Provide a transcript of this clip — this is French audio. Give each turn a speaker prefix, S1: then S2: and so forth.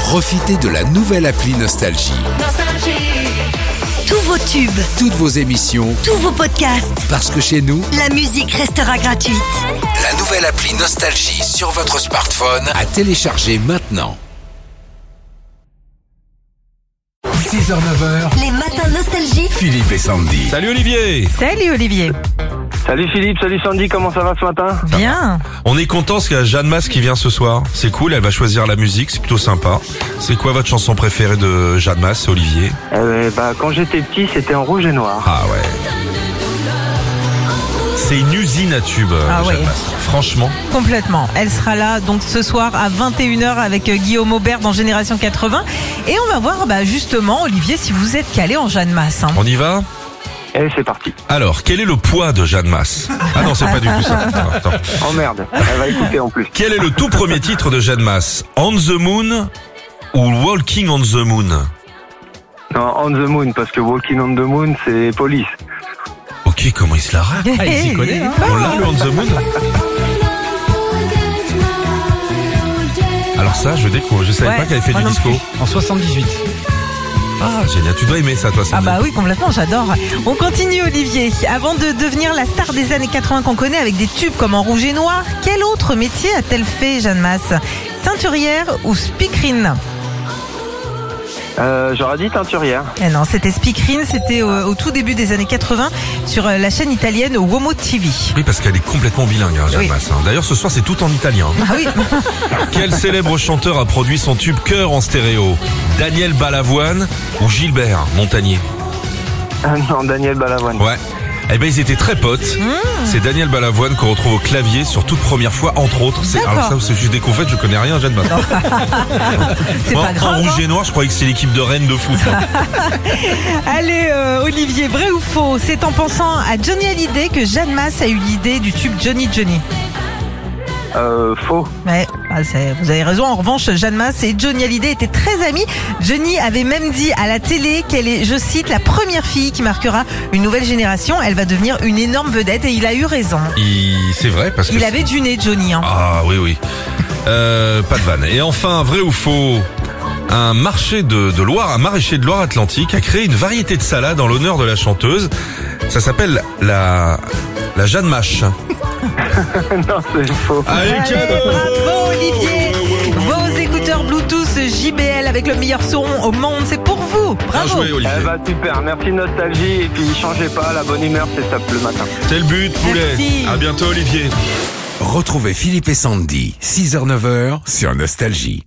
S1: Profitez de la nouvelle appli Nostalgie.
S2: Tous vos tubes,
S1: Toutes vos émissions,
S2: tous vos podcasts,
S1: parce que chez nous,
S2: la musique restera gratuite.
S1: la nouvelle appli Nostalgie sur votre smartphone à télécharger maintenant. 6h, 9h,
S2: Les matins nostalgiques.
S1: Philippe et Sandy.
S3: Salut Olivier
S4: Salut Olivier.
S5: Salut Philippe, salut Sandy, comment ça va ce matin
S4: Bien.
S3: On est content parce qu'il y a Jeanne Masse qui vient ce soir. C'est cool, elle va choisir la musique, c'est plutôt sympa. C'est quoi votre chanson préférée de Jeanne Masse, Olivier
S5: euh, bah, Quand j'étais petit, c'était en rouge et noir.
S3: Ah ouais. C'est une usine à tubes, euh,
S4: Ah
S3: Jeanne
S4: ouais.
S3: Masse. Franchement.
S4: Complètement. Elle sera là donc ce soir à 21h avec euh, Guillaume Aubert dans Génération 80. Et on va voir bah, justement, Olivier, si vous êtes calé en Jeanne Masse. hein.
S3: On y va
S5: Et Eh, c'est parti.
S3: Alors, quel est le poids de Jeanne Masse Ah non, c'est pas du tout ça. Attends, attends.
S5: Oh merde, elle va écouter en plus.
S3: Quel est le tout premier titre de Jeanne Masse On the Moon ou Walking on the Moon
S5: Non, on the moon, parce que Walking on the Moon, c'est police.
S3: Ok, comment il se la racle
S4: Ah, il s'y connaît, hein.
S3: On l'a le on the Moon Alors ça, je découvre. Je savais
S4: Ouais,
S3: pas qu'elle avait fait
S4: moi
S3: du
S4: non
S3: disco.
S4: plus.
S3: En 78. Ah, génial. Tu dois aimer ça, toi,
S4: Ah
S3: Sandy.
S4: bah oui, complètement, j'adore. On continue Olivier. Avant de devenir la star des années 80 qu'on connaît avec des tubes comme en rouge et noir, quel autre métier a-t-elle fait Jeanne Masse Teinturière ou speakerine
S5: Euh, J'aurais dit teinturière.
S4: Eh non, c'était speakerine, c'était au, au tout début des années 80 sur euh, la chaîne italienne Womo TV.
S3: Oui, parce qu'elle est complètement bilingue, hein, Jeanne
S4: Oui.
S3: Masse, hein. D'ailleurs, ce soir, c'est tout en italien. hein.
S4: Ah oui,
S3: Quel célèbre chanteur a produit son tube Cœur en stéréo Daniel Balavoine ou Gilbert Montagnier
S5: Ah non, Daniel Balavoine.
S3: Ouais. Eh ben, ils étaient très potes.
S4: Mmh.
S3: C'est Daniel Balavoine qu'on retrouve au clavier sur toute première fois, entre autres. C'est,
S4: D'accord.
S3: alors ça, c'est juste des confettes, je connais rien, à Jeanne Masse.
S4: c'est
S3: Moi,
S4: pas grave.
S3: en
S4: hein.
S3: rouge et noir, je croyais que c'est l'équipe de Rennes de foot.
S4: Allez, euh, Olivier, vrai ou faux C'est en pensant à Johnny Hallyday que Jeanne Masse a eu l'idée du tube Johnny Johnny.
S5: Euh, faux.
S4: Ouais, ah, c'est- vous avez raison. En revanche, Jeanne Masse et Johnny Hallyday étaient très amis. Johnny avait même dit à la télé qu'elle est, je cite, la première fille qui marquera une nouvelle génération. Elle va devenir une énorme vedette et il a eu raison.
S3: Il- C'est vrai, parce que
S4: Il avait du nez, Johnny. hein.
S3: Ah oui oui. Euh, pas de vanne. Et enfin, vrai ou faux un marché de, de Loire, un maraîcher de Loire-Atlantique a créé une variété de salade en l'honneur de la chanteuse. Ça s'appelle la la Jeanne Mache.
S5: non, c'est faux.
S3: Allez,
S4: Allez, bravo Olivier Vos écouteurs Bluetooth JBL avec le meilleur son au monde, c'est pour vous
S3: Bien
S4: Bravo
S3: joué Olivier.
S5: Eh bah super, merci Nostalgie, et puis changez pas, la bonne humeur, c'est ça le matin.
S3: C'est le but poulet.
S4: Merci.
S3: À bientôt Olivier.
S1: Retrouvez Philippe et Sandy, 6h, 9h sur Nostalgie.